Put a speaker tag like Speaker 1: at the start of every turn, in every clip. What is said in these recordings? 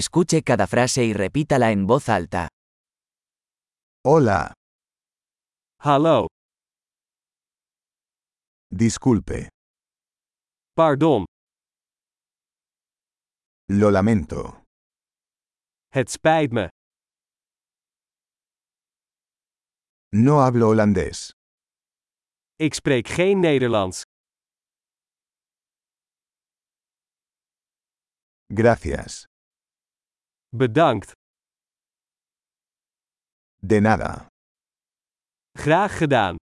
Speaker 1: Escuche cada frase y repítala en voz alta.
Speaker 2: Hola,
Speaker 3: Hallo,
Speaker 2: disculpe,
Speaker 3: pardon,
Speaker 2: lo lamento,
Speaker 3: het spijt me.
Speaker 2: no hablo holandés.
Speaker 3: Ik spreek geen Nederlands.
Speaker 2: Gracias.
Speaker 3: Bedankt.
Speaker 2: De nada.
Speaker 3: Graag gedaan.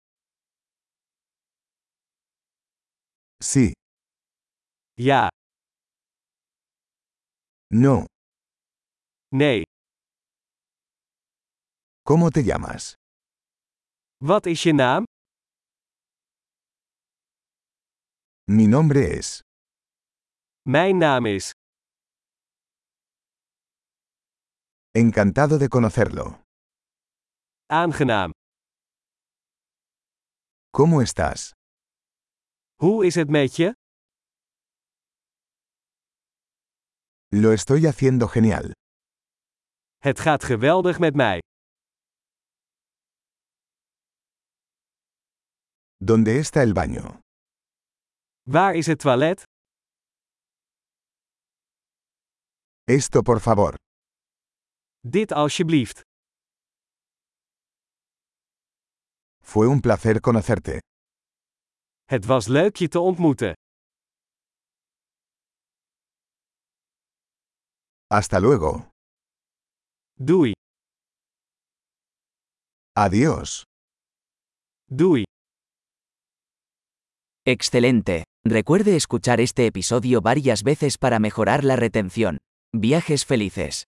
Speaker 2: Sí,
Speaker 3: Ja,
Speaker 2: no.
Speaker 3: nee.
Speaker 2: ¿Cómo te llamas?
Speaker 3: Wat is je naam?
Speaker 2: Mi nombre es.
Speaker 3: Mijn naam is.
Speaker 2: Encantado de conocerlo.
Speaker 3: Aangenaam.
Speaker 2: ¿Cómo estás?
Speaker 3: Hoe is het met je?
Speaker 2: Lo estoy haciendo genial.
Speaker 3: Het gaat geweldig met mij.
Speaker 2: ¿Dónde está el baño?
Speaker 3: Waar is het toilet?
Speaker 2: Esto por favor.
Speaker 3: Dit alsjeblieft.
Speaker 2: Fue un placer conocerte.
Speaker 3: Het was leuk je te ontmoeten.
Speaker 2: Hasta luego.
Speaker 3: Doei,
Speaker 2: Adiós.
Speaker 3: doei.
Speaker 1: Excelente. Recuerde escuchar este episodio varias veces para mejorar la retención. Viajes felices.